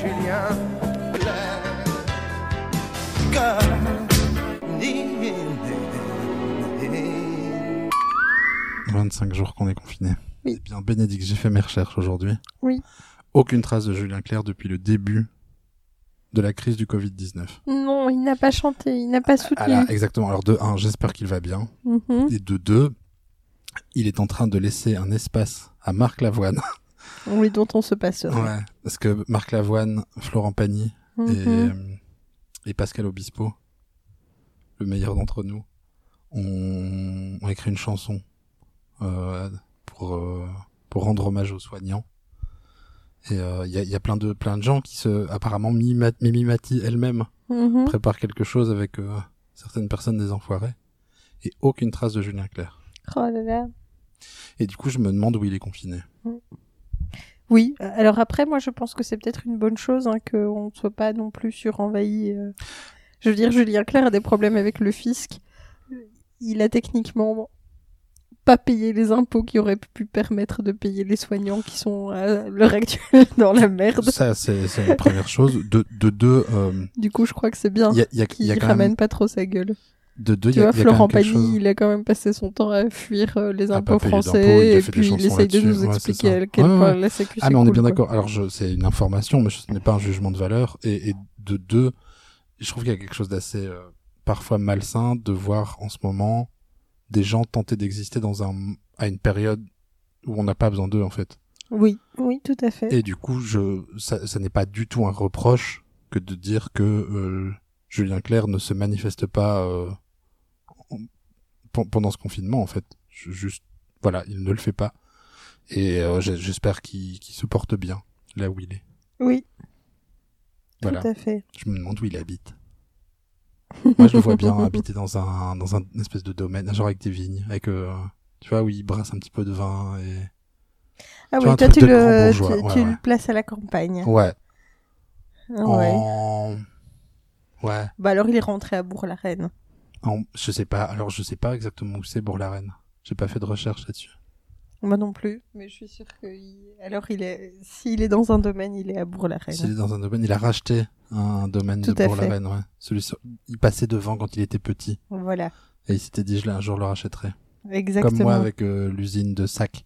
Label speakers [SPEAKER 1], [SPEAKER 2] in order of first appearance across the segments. [SPEAKER 1] Julien Blais.
[SPEAKER 2] 25 jours qu'on est confiné.
[SPEAKER 3] Oui.
[SPEAKER 2] Eh bien, Bénédicte, j'ai fait mes recherches aujourd'hui.
[SPEAKER 3] Oui.
[SPEAKER 2] Aucune trace de Julien Clerc depuis le début de la crise du Covid-19.
[SPEAKER 3] Non, il n'a pas chanté, il n'a pas soutenu.
[SPEAKER 2] Alors, exactement. Alors, de 1, j'espère qu'il va bien.
[SPEAKER 3] Mhm.
[SPEAKER 2] Et de 2, il est en train de laisser un espace à Marc Lavoine.
[SPEAKER 3] Oui, dont on se passera.
[SPEAKER 2] Ouais. Parce que Marc Lavoine, Florent Pagny et,
[SPEAKER 3] Mhm.
[SPEAKER 2] euh, et Pascal Obispo, le meilleur d'entre nous, ont, ont écrit une chanson euh, pour, euh, pour rendre hommage aux soignants. Et euh, il y, a, il y a plein de plein de gens qui se apparemment Mimi Mimi Mati elle-même
[SPEAKER 3] Mhm.
[SPEAKER 2] prépare quelque chose avec euh, certaines personnes des enfoirés et aucune trace de Julien Clerc.
[SPEAKER 3] Oh là là.
[SPEAKER 2] Et du coup, je me demande où il est confiné.
[SPEAKER 3] Oui, euh, alors après, moi, je pense que c'est peut-être une bonne chose hein, qu'on ne soit pas non plus surenvahi. euh. Je veux dire, Julien Clerc a des problèmes avec le fisc. Il a techniquement pas payé les impôts qui auraient pu permettre de payer les soignants qui sont à l'heure actuelle dans la merde.
[SPEAKER 2] Ça, c'est c'est une première chose. De, de deux, euh,
[SPEAKER 3] Du coup, je crois que c'est bien
[SPEAKER 2] il y a, il y a, il
[SPEAKER 3] qu'il
[SPEAKER 2] y a quand
[SPEAKER 3] Hein, ramène
[SPEAKER 2] même,
[SPEAKER 3] pas trop sa gueule.
[SPEAKER 2] de deux, il
[SPEAKER 3] Tu
[SPEAKER 2] y a,
[SPEAKER 3] vois,
[SPEAKER 2] il y a
[SPEAKER 3] Florent
[SPEAKER 2] quand même quelque
[SPEAKER 3] Pagny,
[SPEAKER 2] chose.
[SPEAKER 3] il a quand même passé son temps à fuir euh, les
[SPEAKER 2] À pas
[SPEAKER 3] impôts
[SPEAKER 2] payer les
[SPEAKER 3] français,
[SPEAKER 2] impôts, il a
[SPEAKER 3] et
[SPEAKER 2] fait des
[SPEAKER 3] puis il
[SPEAKER 2] chansons
[SPEAKER 3] essaye de
[SPEAKER 2] là-dessus.
[SPEAKER 3] nous
[SPEAKER 2] Ouais, c'est
[SPEAKER 3] expliquer
[SPEAKER 2] ça.
[SPEAKER 3] à quel
[SPEAKER 2] Ouais,
[SPEAKER 3] point
[SPEAKER 2] ouais.
[SPEAKER 3] la sécu
[SPEAKER 2] Ah
[SPEAKER 3] c'est
[SPEAKER 2] mais on est
[SPEAKER 3] cool,
[SPEAKER 2] bien
[SPEAKER 3] quoi.
[SPEAKER 2] d'accord. Alors je, c'est une information, mais je- ce n'est pas un jugement de valeur. Et, et de deux, je trouve qu'il y a quelque chose d'assez euh, parfois malsain de voir en ce moment des gens tenter d'exister dans un à une période où on n'a pas besoin d'eux en fait.
[SPEAKER 3] Oui, oui, tout à fait.
[SPEAKER 2] Et du coup, je ça, ça n'est pas du tout un reproche que de dire que euh, Julien Clerc ne se manifeste pas euh, en- pen- pendant ce confinement en fait. Je- juste voilà, il ne le fait pas. Et euh, j'ai- j'espère qu'il qu'il se porte bien là où il est.
[SPEAKER 3] Oui,
[SPEAKER 2] Voilà.
[SPEAKER 3] tout à fait.
[SPEAKER 2] Je me demande où il habite. Moi, je le vois bien habiter dans un dans un espèce de domaine, genre avec des vignes, avec euh, tu vois où il brasse un petit peu de vin et Tu
[SPEAKER 3] Ah
[SPEAKER 2] vois,
[SPEAKER 3] oui,
[SPEAKER 2] un
[SPEAKER 3] toi
[SPEAKER 2] truc
[SPEAKER 3] tu
[SPEAKER 2] de grand
[SPEAKER 3] le, tu,
[SPEAKER 2] bourgeois, ouais,
[SPEAKER 3] tu
[SPEAKER 2] ouais.
[SPEAKER 3] le places à la campagne.
[SPEAKER 2] ouais.
[SPEAKER 3] Ah ouais.
[SPEAKER 2] En... Ouais.
[SPEAKER 3] Bah alors il est rentré à Bourg-la-Reine.
[SPEAKER 2] En- Je sais pas. Alors, je sais pas exactement où c'est Bourg-la-Reine. J'ai pas fait de recherche là-dessus.
[SPEAKER 3] Moi non plus, mais je suis sûre que il- alors il est s'il est dans un domaine, il est à
[SPEAKER 2] S'il
[SPEAKER 3] Bourg-la-Reine.
[SPEAKER 2] est dans un domaine, il a racheté un domaine
[SPEAKER 3] Tout
[SPEAKER 2] de
[SPEAKER 3] à
[SPEAKER 2] Bourg-la-Reine. Ouais. Celui sur- Il passait devant quand il était petit
[SPEAKER 3] Voilà,
[SPEAKER 2] et il s'était dit, je l'ai un jour le rachèterai.
[SPEAKER 3] exactement.
[SPEAKER 2] Comme moi avec euh, l'usine de sac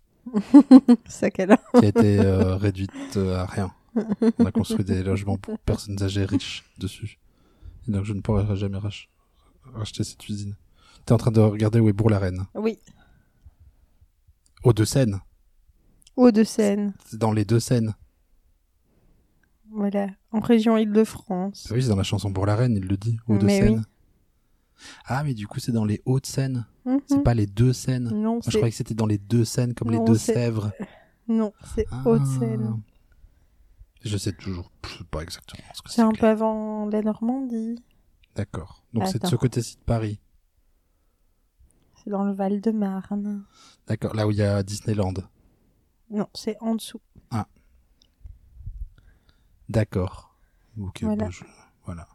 [SPEAKER 3] Sac à la-
[SPEAKER 2] qui a été euh, réduite euh, à rien. On a construit des logements pour personnes âgées riches dessus. Et donc, je ne pourrai jamais rach- racheter cette usine. T'es en train de regarder où est Bourg-la-Reine.
[SPEAKER 3] Oui,
[SPEAKER 2] Aux deux Seine.
[SPEAKER 3] Hauts-de-Seine.
[SPEAKER 2] C'est dans les deux Seines.
[SPEAKER 3] Voilà, en région Île-de-France.
[SPEAKER 2] Ah Oui, c'est dans la chanson pour la reine, il le dit, aux deux
[SPEAKER 3] Mais oui.
[SPEAKER 2] scènes. Ah, mais du coup, c'est dans les hautes scènes,
[SPEAKER 3] Mhm.
[SPEAKER 2] c'est pas les deux scènes. Moi,
[SPEAKER 3] Non,
[SPEAKER 2] je
[SPEAKER 3] Mmh. c'est
[SPEAKER 2] croyais que c'était dans les deux scènes, comme
[SPEAKER 3] Non,
[SPEAKER 2] les deux
[SPEAKER 3] c'est- euh,
[SPEAKER 2] Sèvres.
[SPEAKER 3] non, c'est
[SPEAKER 2] Ah.
[SPEAKER 3] Hauts-de-Seine.
[SPEAKER 2] Je sais toujours je sais pas exactement ce que c'est.
[SPEAKER 3] C'est un
[SPEAKER 2] que
[SPEAKER 3] peu avant la Normandie.
[SPEAKER 2] les- D'accord. Donc c'est de
[SPEAKER 3] Attends.
[SPEAKER 2] ce côté-ci de Paris.
[SPEAKER 3] C'est dans le Val-de-Marne.
[SPEAKER 2] D'accord, là où il y a Disneyland.
[SPEAKER 3] Non, c'est en dessous.
[SPEAKER 2] D'accord. Ok,
[SPEAKER 3] Voilà.
[SPEAKER 2] bon, je- voilà.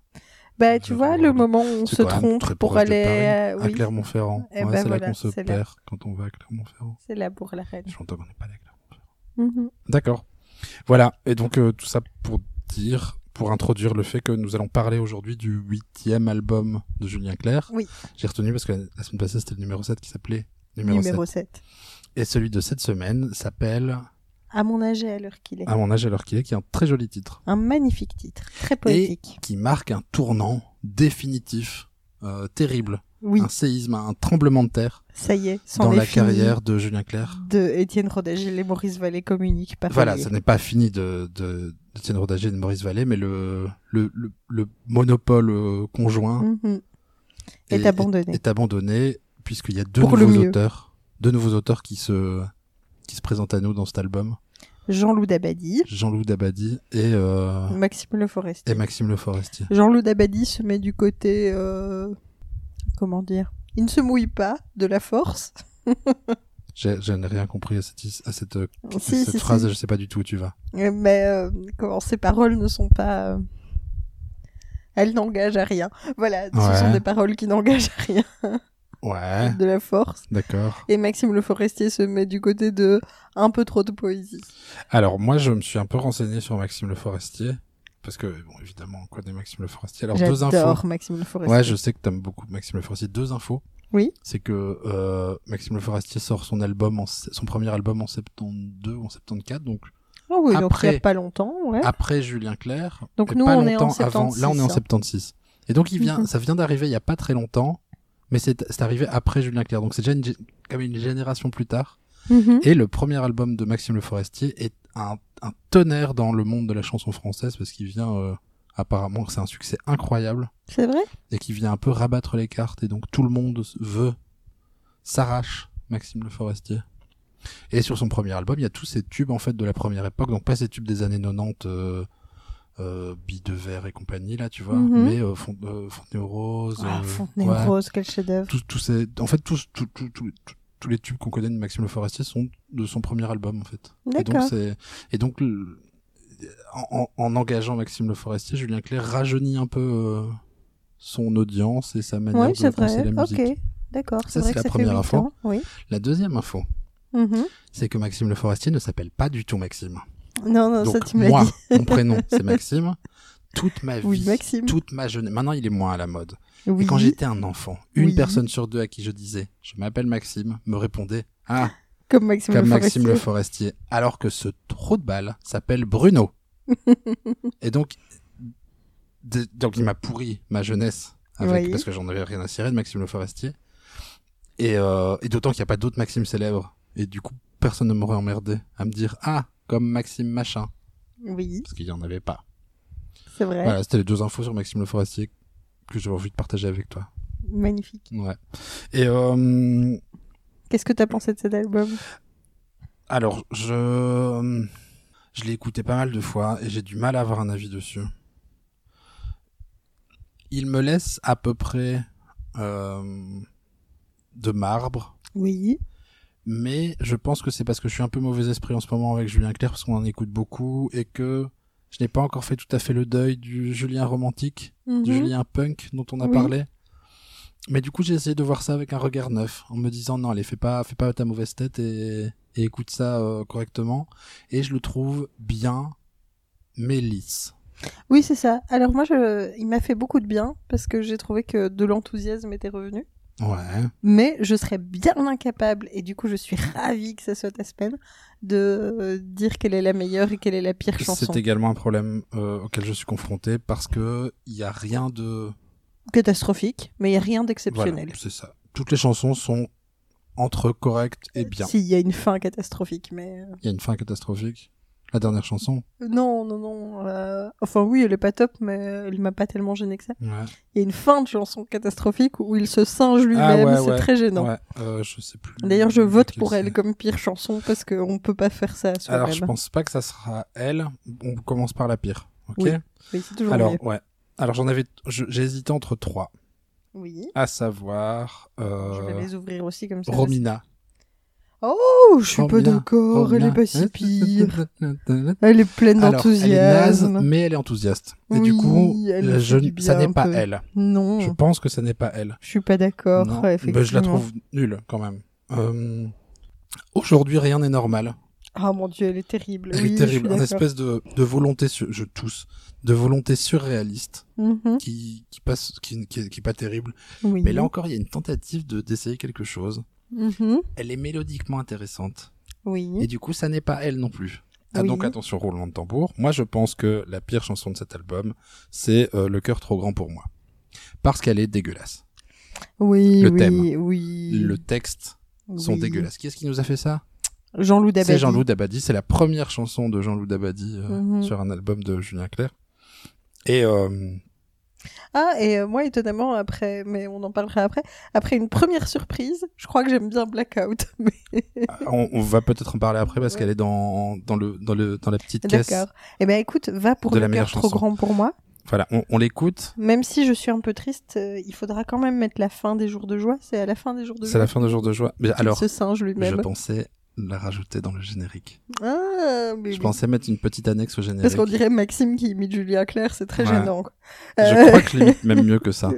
[SPEAKER 3] Bah, tu
[SPEAKER 2] Je
[SPEAKER 3] vois,
[SPEAKER 2] vois.
[SPEAKER 3] le moment où on
[SPEAKER 2] C'est
[SPEAKER 3] se
[SPEAKER 2] quand même
[SPEAKER 3] trompe
[SPEAKER 2] très
[SPEAKER 3] pour
[SPEAKER 2] proche de
[SPEAKER 3] aller
[SPEAKER 2] Paris, Ah,
[SPEAKER 3] à-
[SPEAKER 2] à
[SPEAKER 3] oui,
[SPEAKER 2] Clermont-Ferrand.
[SPEAKER 3] Eh
[SPEAKER 2] Ouais,
[SPEAKER 3] ben
[SPEAKER 2] c'est là
[SPEAKER 3] voilà,
[SPEAKER 2] qu'on se
[SPEAKER 3] c'est là.
[SPEAKER 2] perd quand on va à Clermont-Ferrand.
[SPEAKER 3] c'est là pour la reine.
[SPEAKER 2] Je l'entends, on n'est pas allé à Clermont.
[SPEAKER 3] Mhm.
[SPEAKER 2] D'accord. Voilà. Et donc, euh, tout ça pour dire, pour introduire le fait que nous allons parler aujourd'hui du huitième album de Julien Clerc.
[SPEAKER 3] Oui.
[SPEAKER 2] J'ai retenu parce que la, la semaine passée, c'était le numéro 7 qui s'appelait numéro,
[SPEAKER 3] Numéro,
[SPEAKER 2] 7.
[SPEAKER 3] 7.
[SPEAKER 2] Et celui de cette semaine s'appelle
[SPEAKER 3] À mon âge et à l'heure qu'il est.
[SPEAKER 2] À mon âge alors qu'il est, qui est un très joli titre,
[SPEAKER 3] Un magnifique titre, très poétique.
[SPEAKER 2] qui marque un tournant définitif, euh, terrible.
[SPEAKER 3] Oui,
[SPEAKER 2] Un séisme, un tremblement de terre
[SPEAKER 3] ça y est, c'en
[SPEAKER 2] dans
[SPEAKER 3] est
[SPEAKER 2] la
[SPEAKER 3] fini
[SPEAKER 2] carrière de Julien Clerc.
[SPEAKER 3] de Étienne Rodagel et Maurice Vallée communiquent par
[SPEAKER 2] Voilà,
[SPEAKER 3] courrier.
[SPEAKER 2] ça n'est pas fini de, de, de Tienne Rodager et de Maurice Vallée, mais le, le, le, le monopole euh, conjoint
[SPEAKER 3] Mhm. Est abandonné.
[SPEAKER 2] est abandonné, puisqu'il y a deux
[SPEAKER 3] Pour le
[SPEAKER 2] nouveaux
[SPEAKER 3] mieux.
[SPEAKER 2] auteurs, deux nouveaux auteurs qui se, qui se présentent à nous dans cet album,
[SPEAKER 3] Jean-Loup Dabadi,
[SPEAKER 2] Jean-Loup Dabadi et, euh,
[SPEAKER 3] Maxime Le Forestier.
[SPEAKER 2] et Maxime Le Forestier.
[SPEAKER 3] Jean-Loup Dabadi se met du côté. euh, Comment dire Il ne se mouille pas de la force.
[SPEAKER 2] J'ai- Je n'ai rien compris à cette, is- à cette, euh,
[SPEAKER 3] Si,
[SPEAKER 2] cette
[SPEAKER 3] si,
[SPEAKER 2] phrase,
[SPEAKER 3] si.
[SPEAKER 2] je sais pas du tout où tu vas.
[SPEAKER 3] Euh, Mais euh, comment ces paroles ne sont pas. euh, Elles n'engagent à rien. Voilà,
[SPEAKER 2] Ouais.
[SPEAKER 3] ce sont des paroles qui n'engagent à rien
[SPEAKER 2] Ouais,
[SPEAKER 3] de la force.
[SPEAKER 2] d'accord.
[SPEAKER 3] Et Maxime Le Forestier se met du côté de un peu trop de poésie.
[SPEAKER 2] Alors moi, je me suis un peu renseigné sur Maxime Le Forestier. Parce que, bon, évidemment, quoi des Maxime Le Forestier. Alors, deux infos.
[SPEAKER 3] J'adore Maxime Le Forestier.
[SPEAKER 2] Ouais, je sais que t'aimes beaucoup Maxime Le Forestier. Deux infos.
[SPEAKER 3] Oui.
[SPEAKER 2] C'est que euh, Maxime Le Forestier sort son album, en, son premier album en 72 ou en 74, donc
[SPEAKER 3] Ah oui, donc il n'y
[SPEAKER 2] Après-
[SPEAKER 3] a pas longtemps, ouais.
[SPEAKER 2] après Julien Clerc.
[SPEAKER 3] Donc
[SPEAKER 2] et
[SPEAKER 3] nous,
[SPEAKER 2] pas
[SPEAKER 3] on est en
[SPEAKER 2] longtemps avant.
[SPEAKER 3] 76,
[SPEAKER 2] Là, on est en
[SPEAKER 3] hein.
[SPEAKER 2] 76. Et donc, il vient,
[SPEAKER 3] Mhm.
[SPEAKER 2] ça vient d'arriver il y a pas très longtemps, mais c'est c'est arrivé après Julien Clerc. Donc, c'est déjà une, gé- comme une génération plus tard.
[SPEAKER 3] Mhm.
[SPEAKER 2] Et le premier album de Maxime Le Forestier est un, un tonnerre dans le monde de la chanson française parce qu'il vient euh, apparemment que c'est un succès incroyable
[SPEAKER 3] C'est vrai
[SPEAKER 2] et qui vient un peu rabattre les cartes et donc tout le monde s- veut s'arrache Maxime Le Forestier. Et sur son premier album, il y a tous ces tubes en fait de la première époque, donc pas ces tubes des années 90 euh, euh, billes de verre et compagnie là, tu vois,
[SPEAKER 3] Mhm.
[SPEAKER 2] mais euh, Fon- euh, Fontenay aux roses,
[SPEAKER 3] Ah,
[SPEAKER 2] euh,
[SPEAKER 3] Fontenay
[SPEAKER 2] ouais
[SPEAKER 3] Rose, quel chef-d'œuvre.
[SPEAKER 2] tous, tous ces, en fait, tous, tous, tous, tous- tous- tous les tubes qu'on connaît de Maxime Le Forestier sont de son premier album, en fait. Et donc,
[SPEAKER 3] D'accord.
[SPEAKER 2] c'est, et donc, le- en, en- en engageant Maxime Le Forestier, Julien Clerc rajeunit un peu euh, son audience et sa manière
[SPEAKER 3] Oui,
[SPEAKER 2] de
[SPEAKER 3] c'est
[SPEAKER 2] penser
[SPEAKER 3] vrai.
[SPEAKER 2] la musique.
[SPEAKER 3] Ok, d'accord.
[SPEAKER 2] Ça,
[SPEAKER 3] C'est vrai
[SPEAKER 2] c'est
[SPEAKER 3] que
[SPEAKER 2] la
[SPEAKER 3] ça fait
[SPEAKER 2] première
[SPEAKER 3] huit
[SPEAKER 2] info.
[SPEAKER 3] ans. Oui.
[SPEAKER 2] La deuxième info,
[SPEAKER 3] Mhm.
[SPEAKER 2] c'est que Maxime Le Forestier ne s'appelle pas du tout Maxime.
[SPEAKER 3] Non, non,
[SPEAKER 2] donc,
[SPEAKER 3] ça tu me l'as
[SPEAKER 2] moi,
[SPEAKER 3] dit.
[SPEAKER 2] mon prénom, c'est Maxime. Toute ma vie,
[SPEAKER 3] Oui, Maxime.
[SPEAKER 2] toute ma jeunesse. Maintenant, il est moins à la mode.
[SPEAKER 3] Oui.
[SPEAKER 2] Et quand j'étais un enfant, une
[SPEAKER 3] Oui.
[SPEAKER 2] personne sur deux à qui je disais « Je m'appelle Maxime » me répondait « Ah,
[SPEAKER 3] Comme Maxime
[SPEAKER 2] comme
[SPEAKER 3] Le
[SPEAKER 2] Maxime Le
[SPEAKER 3] Forestier.
[SPEAKER 2] Forestier, alors que ce trou de balle s'appelle Bruno. et donc, de- donc il m'a pourri ma jeunesse avec,
[SPEAKER 3] Oui.
[SPEAKER 2] parce que j'en avais rien à cirer de Maxime Le Forestier. Et, euh, et d'autant qu'il n'y a pas d'autres Maximes célèbres. Et du coup, personne ne m'aurait emmerdé à me dire ah comme Maxime machin
[SPEAKER 3] Oui,
[SPEAKER 2] parce qu'il n'y en avait pas.
[SPEAKER 3] c'est vrai.
[SPEAKER 2] Voilà, c'était les deux infos sur Maxime Le Forestier que j'avais envie de partager avec toi.
[SPEAKER 3] Magnifique.
[SPEAKER 2] Ouais. Et euh,
[SPEAKER 3] Qu'est-ce que t'as pensé de cet album
[SPEAKER 2] Alors, je, je l'ai écouté pas mal de fois et j'ai du mal à avoir un avis dessus. Il me laisse à peu près euh, de marbre,
[SPEAKER 3] Oui.
[SPEAKER 2] mais je pense que c'est parce que je suis un peu mauvais esprit en ce moment avec Julien Clerc parce qu'on en écoute beaucoup et que je n'ai pas encore fait tout à fait le deuil du Julien romantique, du Julien punk dont on a
[SPEAKER 3] Mhm. Oui.
[SPEAKER 2] parlé. Mais du coup, j'ai essayé de voir ça avec un regard neuf, en me disant non, allez, fais pas, fais pas ta mauvaise tête et, et écoute ça euh, correctement. Et je le trouve bien, mais lisse.
[SPEAKER 3] Oui, c'est ça. Alors moi, je... il m'a fait beaucoup de bien parce que j'ai trouvé que de l'enthousiasme était revenu.
[SPEAKER 2] Ouais.
[SPEAKER 3] Mais je serais bien incapable, et du coup je suis ravie que ça soit ta semaine, de euh, dire quelle est la meilleure et quelle est la pire chanson
[SPEAKER 2] C'est également un problème euh, auquel je suis confronté parce que il y a rien de.
[SPEAKER 3] catastrophique, mais il n'y a rien
[SPEAKER 2] Voilà,
[SPEAKER 3] d'exceptionnel.
[SPEAKER 2] c'est ça. Toutes les chansons sont entre correctes et bien.
[SPEAKER 3] S'il y a une fin catastrophique, mais... euh,
[SPEAKER 2] Il y a une fin catastrophique. La dernière chanson.
[SPEAKER 3] Non, non, non. euh, Enfin oui, elle est pas top, mais elle m'a pas tellement gêné que ça.
[SPEAKER 2] Ouais.
[SPEAKER 3] Il y a une fin de chanson catastrophique où il se singe lui-même,
[SPEAKER 2] Ah ouais,
[SPEAKER 3] c'est
[SPEAKER 2] ouais,
[SPEAKER 3] très gênant.
[SPEAKER 2] Ouais, euh, je sais plus.
[SPEAKER 3] D'ailleurs, je vote pour
[SPEAKER 2] Laquelle
[SPEAKER 3] elle comme pire chanson parce qu'on peut pas faire ça à
[SPEAKER 2] Alors, je
[SPEAKER 3] soi-même.
[SPEAKER 2] pense pas que ça sera elle. On commence par la pire. Ok.
[SPEAKER 3] Oui, Oui, c'est toujours
[SPEAKER 2] Alors,
[SPEAKER 3] mieux.
[SPEAKER 2] ouais. Alors, j'en avais. je- J'ai hésité entre trois,
[SPEAKER 3] Oui.
[SPEAKER 2] à savoir euh,
[SPEAKER 3] Je vais les ouvrir aussi comme ça.
[SPEAKER 2] Romina.
[SPEAKER 3] Oh, je suis pas
[SPEAKER 2] Romina,
[SPEAKER 3] d'accord, elle
[SPEAKER 2] Romina.
[SPEAKER 3] est pas si pire.
[SPEAKER 2] Alors,
[SPEAKER 3] Elle est pleine
[SPEAKER 2] elle est naze,
[SPEAKER 3] d'enthousiasme.
[SPEAKER 2] mais elle est enthousiaste. Et
[SPEAKER 3] Oui,
[SPEAKER 2] du coup,
[SPEAKER 3] elle
[SPEAKER 2] euh,
[SPEAKER 3] fait
[SPEAKER 2] je,
[SPEAKER 3] du bien
[SPEAKER 2] ça n'est
[SPEAKER 3] un
[SPEAKER 2] pas
[SPEAKER 3] peu.
[SPEAKER 2] elle.
[SPEAKER 3] Non,
[SPEAKER 2] Je
[SPEAKER 3] je,
[SPEAKER 2] pense que ça n'est pas elle.
[SPEAKER 3] suis pas d'accord,
[SPEAKER 2] Non. Ben,
[SPEAKER 3] ouais,
[SPEAKER 2] je la
[SPEAKER 3] effectivement.
[SPEAKER 2] trouve nulle quand même. Euh, Aujourd'hui, rien n'est normal.
[SPEAKER 3] Ah mon dieu, elle est terrible.
[SPEAKER 2] Elle
[SPEAKER 3] oui,
[SPEAKER 2] est
[SPEAKER 3] je suis
[SPEAKER 2] terrible. Une
[SPEAKER 3] d'accord.
[SPEAKER 2] espèce de, de volonté, sur, je tousse, de volonté surréaliste
[SPEAKER 3] Mhm,
[SPEAKER 2] qui, qui passe, qui, qui, qui est pas terrible.
[SPEAKER 3] oui.
[SPEAKER 2] Mais là encore, il y a une tentative de d'essayer quelque chose.
[SPEAKER 3] Mhm,
[SPEAKER 2] Elle est mélodiquement intéressante. Et
[SPEAKER 3] Oui.
[SPEAKER 2] du coup, ça n'est pas elle non plus. Ah,
[SPEAKER 3] Mhm. Oui.
[SPEAKER 2] donc attention, roulement de tambour. Moi, je pense que la pire chanson de cet album, c'est euh, Le cœur trop grand pour moi. Parce qu'elle est dégueulasse.
[SPEAKER 3] Oui,
[SPEAKER 2] le
[SPEAKER 3] oui,
[SPEAKER 2] thème.
[SPEAKER 3] oui.
[SPEAKER 2] Le texte sont
[SPEAKER 3] Mhm. oui.
[SPEAKER 2] dégueulasses. Qui est-ce qui nous a fait ça
[SPEAKER 3] Jean-Loup Dabadi.
[SPEAKER 2] C'est Jean-Loup Dabadi. C'est la première chanson de Jean-Loup Dabadi euh,
[SPEAKER 3] Mhm.
[SPEAKER 2] sur un album de Julien Clerc. Et euh,
[SPEAKER 3] Ah, et euh, moi, étonnamment, après, mais on en parlera après, après une première surprise, je crois que j'aime bien Blackout. mais-
[SPEAKER 2] on, on va peut-être en parler après parce
[SPEAKER 3] Ouais.
[SPEAKER 2] qu'elle est dans, dans, le, dans, le, dans la petite caisse.
[SPEAKER 3] D'accord. Eh ben écoute, va pour
[SPEAKER 2] De la
[SPEAKER 3] le
[SPEAKER 2] meilleure
[SPEAKER 3] cœur trop
[SPEAKER 2] chanson.
[SPEAKER 3] grand pour moi.
[SPEAKER 2] Voilà, on, on l'écoute.
[SPEAKER 3] Même si je suis un peu triste, euh, il faudra quand même mettre la fin des jours de joie. C'est à la fin des jours de
[SPEAKER 2] C'est
[SPEAKER 3] joie.
[SPEAKER 2] la fin de Jour de Joie. Mais
[SPEAKER 3] qu'il
[SPEAKER 2] alors,
[SPEAKER 3] se singe
[SPEAKER 2] Je
[SPEAKER 3] lui-même.
[SPEAKER 2] pensais la rajouter dans le générique.
[SPEAKER 3] Ah, mais
[SPEAKER 2] Je
[SPEAKER 3] oui.
[SPEAKER 2] pensais mettre une petite annexe au générique.
[SPEAKER 3] Parce qu'on dirait Maxime qui imite Julien Clerc, c'est très
[SPEAKER 2] Ouais.
[SPEAKER 3] gênant.
[SPEAKER 2] Je
[SPEAKER 3] Euh,
[SPEAKER 2] crois que limite même mieux que ça.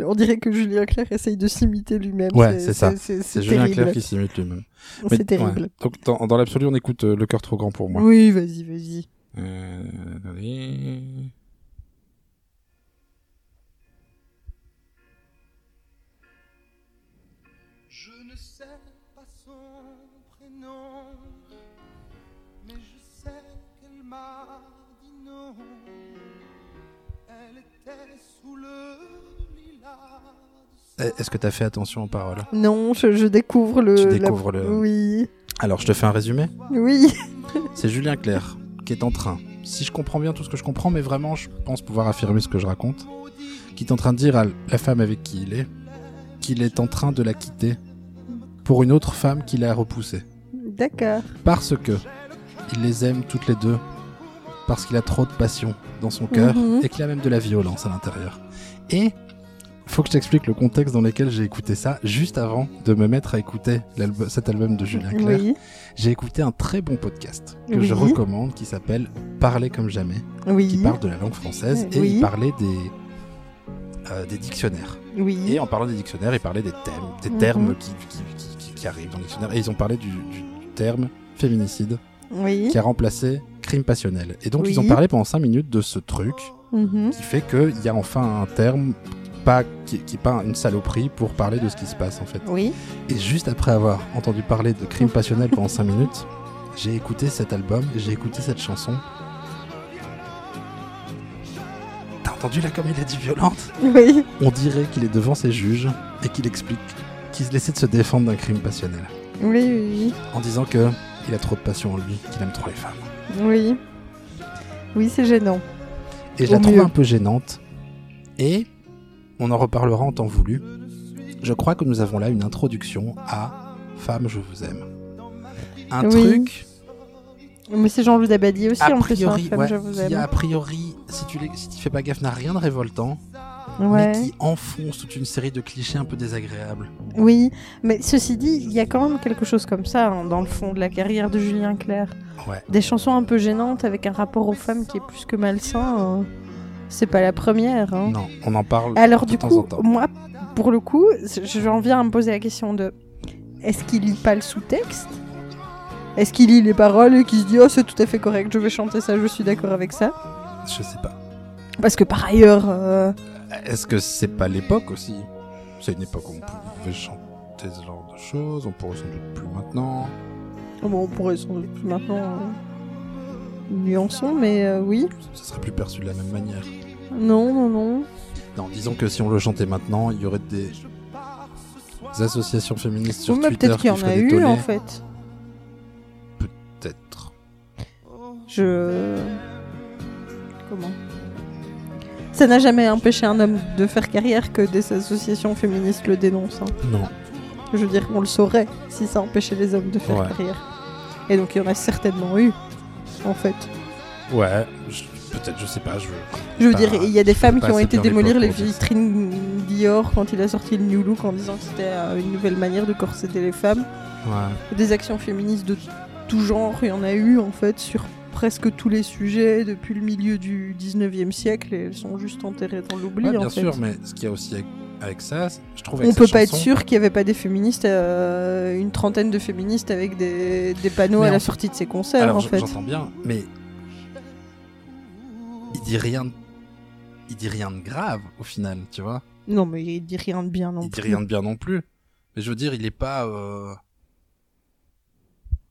[SPEAKER 3] On dirait que Julien Clerc essaye de s'imiter lui-même.
[SPEAKER 2] Ouais, c'est ça.
[SPEAKER 3] C'est
[SPEAKER 2] C'est
[SPEAKER 3] c'est
[SPEAKER 2] Julien
[SPEAKER 3] terrible.
[SPEAKER 2] Clerc qui s'imite lui-même. Mais-
[SPEAKER 3] C'est terrible.
[SPEAKER 2] ouais. Donc dans, dans l'absolu, on écoute euh, Le cœur trop grand pour moi.
[SPEAKER 3] Oui, vas-y, vas-y.
[SPEAKER 2] Euh, attendez.
[SPEAKER 1] ne sais pas son prénom, mais je sais qu'elle m'a dit non. Elle était sous le lilas. de
[SPEAKER 2] Est-ce que t'as fait attention aux paroles
[SPEAKER 3] Non, je, je découvre le.
[SPEAKER 2] Tu
[SPEAKER 3] la-
[SPEAKER 2] découvres le-
[SPEAKER 3] Oui.
[SPEAKER 2] Alors, je te fais un résumé.
[SPEAKER 3] Oui.
[SPEAKER 2] C'est Julien Clerc qui est en train, si je comprends bien tout ce que je comprends, mais vraiment, je pense pouvoir affirmer ce que je raconte, qui est en train de dire à la femme avec qui il est qu'il est en train de la quitter pour une autre femme qu'il a repoussée.
[SPEAKER 3] D'accord.
[SPEAKER 2] Parce que il les aime toutes les deux, parce qu'il a trop de passion dans son cœur
[SPEAKER 3] Mhm.
[SPEAKER 2] et qu'il a même de la violence à l'intérieur. Et faut que je t'explique le contexte dans lequel j'ai écouté ça juste avant de me mettre à écouter l'album- cet album de Julien Clerc
[SPEAKER 3] Oui.
[SPEAKER 2] j'ai écouté un très bon podcast que
[SPEAKER 3] Oui.
[SPEAKER 2] je recommande qui s'appelle Parler comme jamais, qui
[SPEAKER 3] Oui.
[SPEAKER 2] parle de la langue française et
[SPEAKER 3] Oui.
[SPEAKER 2] il parlait des, euh, des dictionnaires.
[SPEAKER 3] Oui.
[SPEAKER 2] Et en parlant des dictionnaires, il parlait des thèmes, des
[SPEAKER 3] Mhm.
[SPEAKER 2] termes qui, qui, qui- qui- qui arrivent dans le dictionnaire. Et ils ont parlé du, du terme féminicide
[SPEAKER 3] Oui.
[SPEAKER 2] qui a remplacé crime passionnel. Et donc
[SPEAKER 3] Oui.
[SPEAKER 2] ils ont parlé pendant 5 minutes de ce truc
[SPEAKER 3] Mhm.
[SPEAKER 2] qui fait qu'il y a enfin un terme pas, qui n'est pas une saloperie pour parler de ce qui se passe en fait.
[SPEAKER 3] Oui.
[SPEAKER 2] Et juste après avoir entendu parler de Crime Passionnel pendant 5 minutes, j'ai écouté cet album, j'ai écouté cette chanson. T'as entendu là comme il a dit violente
[SPEAKER 3] Oui.
[SPEAKER 2] On dirait qu'il est devant ses juges et qu'il explique qu'il se laissait de se défendre d'un crime passionnel.
[SPEAKER 3] Oui. Oui.
[SPEAKER 2] En disant que il a trop de passion en lui, qu'il aime trop les femmes.
[SPEAKER 3] Oui. Oui, Oui, c'est gênant.
[SPEAKER 2] Et je la
[SPEAKER 3] Au
[SPEAKER 2] trouve
[SPEAKER 3] mieux.
[SPEAKER 2] un peu gênante. Et on en reparlera en temps voulu. Je crois que nous avons là une introduction à Femme, je vous aime. Un
[SPEAKER 3] Oui.
[SPEAKER 2] truc
[SPEAKER 3] Mais c'est Jean-Louis Dabadie aussi,
[SPEAKER 2] a
[SPEAKER 3] en plus, hein,
[SPEAKER 2] priori,
[SPEAKER 3] femme,
[SPEAKER 2] ouais,
[SPEAKER 3] je vous
[SPEAKER 2] qui,
[SPEAKER 3] aime.
[SPEAKER 2] a priori, si tu, les- si tu fais pas gaffe, n'a rien de révoltant,
[SPEAKER 3] Ouais.
[SPEAKER 2] mais qui enfonce toute une série de clichés un peu désagréables.
[SPEAKER 3] Oui, mais ceci dit, il y a quand même quelque chose comme ça hein, dans le fond de la carrière de Julien Clerc.
[SPEAKER 2] Ouais.
[SPEAKER 3] Des chansons un peu gênantes avec un rapport aux femmes qui est plus que malsain. euh, c'est pas la première. hein.
[SPEAKER 2] Non, on en parle.
[SPEAKER 3] Alors
[SPEAKER 2] de
[SPEAKER 3] du
[SPEAKER 2] temps en
[SPEAKER 3] coup,
[SPEAKER 2] temps.
[SPEAKER 3] moi, pour le coup, c- j'en viens à me poser la question de est-ce qu'il lit pas le sous-texte Est-ce qu'il lit les paroles et qu'il se dit oh c'est tout à fait correct, je vais chanter ça, je suis d'accord avec ça
[SPEAKER 2] Je sais pas.
[SPEAKER 3] Parce que par ailleurs, euh,
[SPEAKER 2] Est-ce que c'est pas l'époque aussi C'est une époque où on pouvait chanter ce genre de choses, on pourrait sans doute plus maintenant.
[SPEAKER 3] oh, bon, on pourrait sans doute maintenant euh, nuançons, mais euh, oui,
[SPEAKER 2] Ça serait plus perçu de la même manière.
[SPEAKER 3] non, non, non.
[SPEAKER 2] Non, disons que si on le chantait maintenant, il y aurait des associations féministes sur
[SPEAKER 3] Oui, mais
[SPEAKER 2] Twitter
[SPEAKER 3] bah, peut-être qu'il y
[SPEAKER 2] qui
[SPEAKER 3] en a
[SPEAKER 2] feraient des
[SPEAKER 3] eu
[SPEAKER 2] tollés.
[SPEAKER 3] en fait.
[SPEAKER 2] Peut-être.
[SPEAKER 3] Je. Comment Ça n'a jamais empêché un homme de faire carrière que des associations féministes le dénoncent. hein.
[SPEAKER 2] Non.
[SPEAKER 3] Je veux dire, on le saurait si ça empêchait les hommes de faire
[SPEAKER 2] Ouais.
[SPEAKER 3] carrière. Et donc il y en a certainement eu, en fait.
[SPEAKER 2] Ouais. je- Peut-être, je sais pas. Je...
[SPEAKER 3] Je veux
[SPEAKER 2] Bah,
[SPEAKER 3] dire, il y a des femmes
[SPEAKER 2] pas
[SPEAKER 3] qui ont
[SPEAKER 2] assez
[SPEAKER 3] été
[SPEAKER 2] bien
[SPEAKER 3] démolir les
[SPEAKER 2] l'époque pour dire ça.
[SPEAKER 3] vitrines Dior quand il a sorti le New Look en disant que c'était euh, une nouvelle manière de corseter les femmes.
[SPEAKER 2] Ouais.
[SPEAKER 3] Des actions féministes de tout genre, il y en a eu en fait sur presque tous les sujets depuis le milieu du 19e siècle et elles sont juste enterrées dans l'oubli
[SPEAKER 2] Ouais, bien
[SPEAKER 3] en fait.
[SPEAKER 2] sûr, mais ce qu'il y a aussi avec, avec ça, c'est- je trouve. Avec
[SPEAKER 3] On
[SPEAKER 2] cette
[SPEAKER 3] peut pas être
[SPEAKER 2] chanson-
[SPEAKER 3] sûr qu'il n'y avait pas des féministes, euh, une trentaine de féministes avec des, des panneaux
[SPEAKER 2] Mais
[SPEAKER 3] à
[SPEAKER 2] en-
[SPEAKER 3] la sortie de ses concerts
[SPEAKER 2] Alors,
[SPEAKER 3] en
[SPEAKER 2] je-
[SPEAKER 3] fait.
[SPEAKER 2] j'entends bien, mais il dit rien. de- Il dit rien de grave au final, tu vois.
[SPEAKER 3] Non mais il dit rien de bien non
[SPEAKER 2] il dit
[SPEAKER 3] plus.
[SPEAKER 2] rien de bien non plus. Mais je veux dire, il est pas. euh,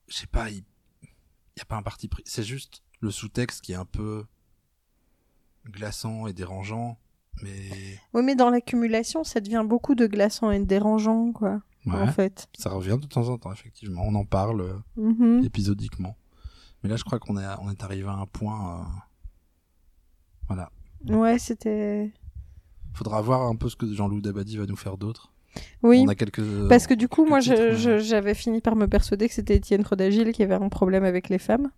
[SPEAKER 2] Je sais pas. Il y a pas un parti pris. C'est juste le sous-texte qui est un peu glaçant et dérangeant, mais
[SPEAKER 3] Oui mais dans l'accumulation ça devient beaucoup de glaçant et de dérangeant quoi en fait.
[SPEAKER 2] ça revient de temps en temps. Effectivement, on en parle. euh,
[SPEAKER 3] Mhm.
[SPEAKER 2] épisodiquement. Mais là, je crois qu'on est, on est arrivé à un point. euh, Voilà.
[SPEAKER 3] Ouais c'était...
[SPEAKER 2] Faudra voir un peu ce que Jean-Loup Dabadi va nous faire d'autre.
[SPEAKER 3] Oui.
[SPEAKER 2] On a quelques.
[SPEAKER 3] Parce que du coup,
[SPEAKER 2] quelques
[SPEAKER 3] moi, je-
[SPEAKER 2] titres, euh,
[SPEAKER 3] je-
[SPEAKER 2] mais-
[SPEAKER 3] j'avais fini par me persuader que c'était Étienne Rodagil qui avait un problème avec les femmes.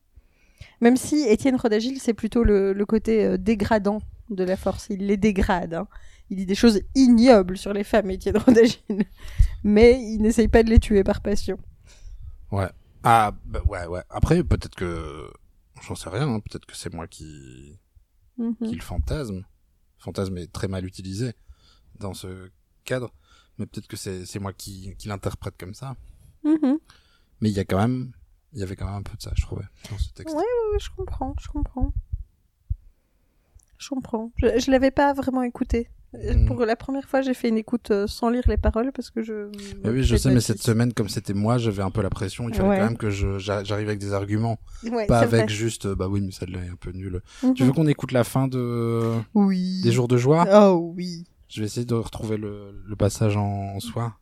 [SPEAKER 3] Même si Étienne Rodagil, c'est plutôt le, le côté euh, dégradant de la force. Il les dégrade. hein. Il dit des choses ignobles sur les femmes, Étienne Rodagil. Mais il n'essaye pas de les tuer par passion.
[SPEAKER 2] Ah, bah, ouais, ouais. Après, peut-être que. J'en sais rien, hein, peut-être que c'est moi qui...
[SPEAKER 3] Mhm.
[SPEAKER 2] qui le fantasme. Fantasme est très mal utilisé dans ce cadre. Mais peut-être que c'est c'est moi qui, qui l'interprète comme ça.
[SPEAKER 3] Mhm.
[SPEAKER 2] Mais il y a quand même. Il y avait quand même un peu de ça, je trouvais, dans ce texte.
[SPEAKER 3] Ouais. Ouais, je comprends, je comprends. Je comprends. Je, je l'avais pas vraiment écouté Euh,
[SPEAKER 2] Mm.
[SPEAKER 3] Pour la première fois, j'ai fait une écoute euh, sans lire les paroles parce que je.
[SPEAKER 2] Mais Ah oui, je sais, mais cette semaine, comme c'était moi, j'avais un peu la pression. Il fallait
[SPEAKER 3] Ouais.
[SPEAKER 2] quand même que je- j'a- j'arrive avec des arguments,
[SPEAKER 3] Ouais,
[SPEAKER 2] pas
[SPEAKER 3] c'est vrai.
[SPEAKER 2] avec juste euh, bah oui, mais celle-là est un peu nulle.
[SPEAKER 3] Mhm.
[SPEAKER 2] Tu veux qu'on écoute la fin de
[SPEAKER 3] Oui.
[SPEAKER 2] des jours Ah. de joie
[SPEAKER 3] Oh oui.
[SPEAKER 2] Je vais essayer de retrouver le, le passage en, en soi.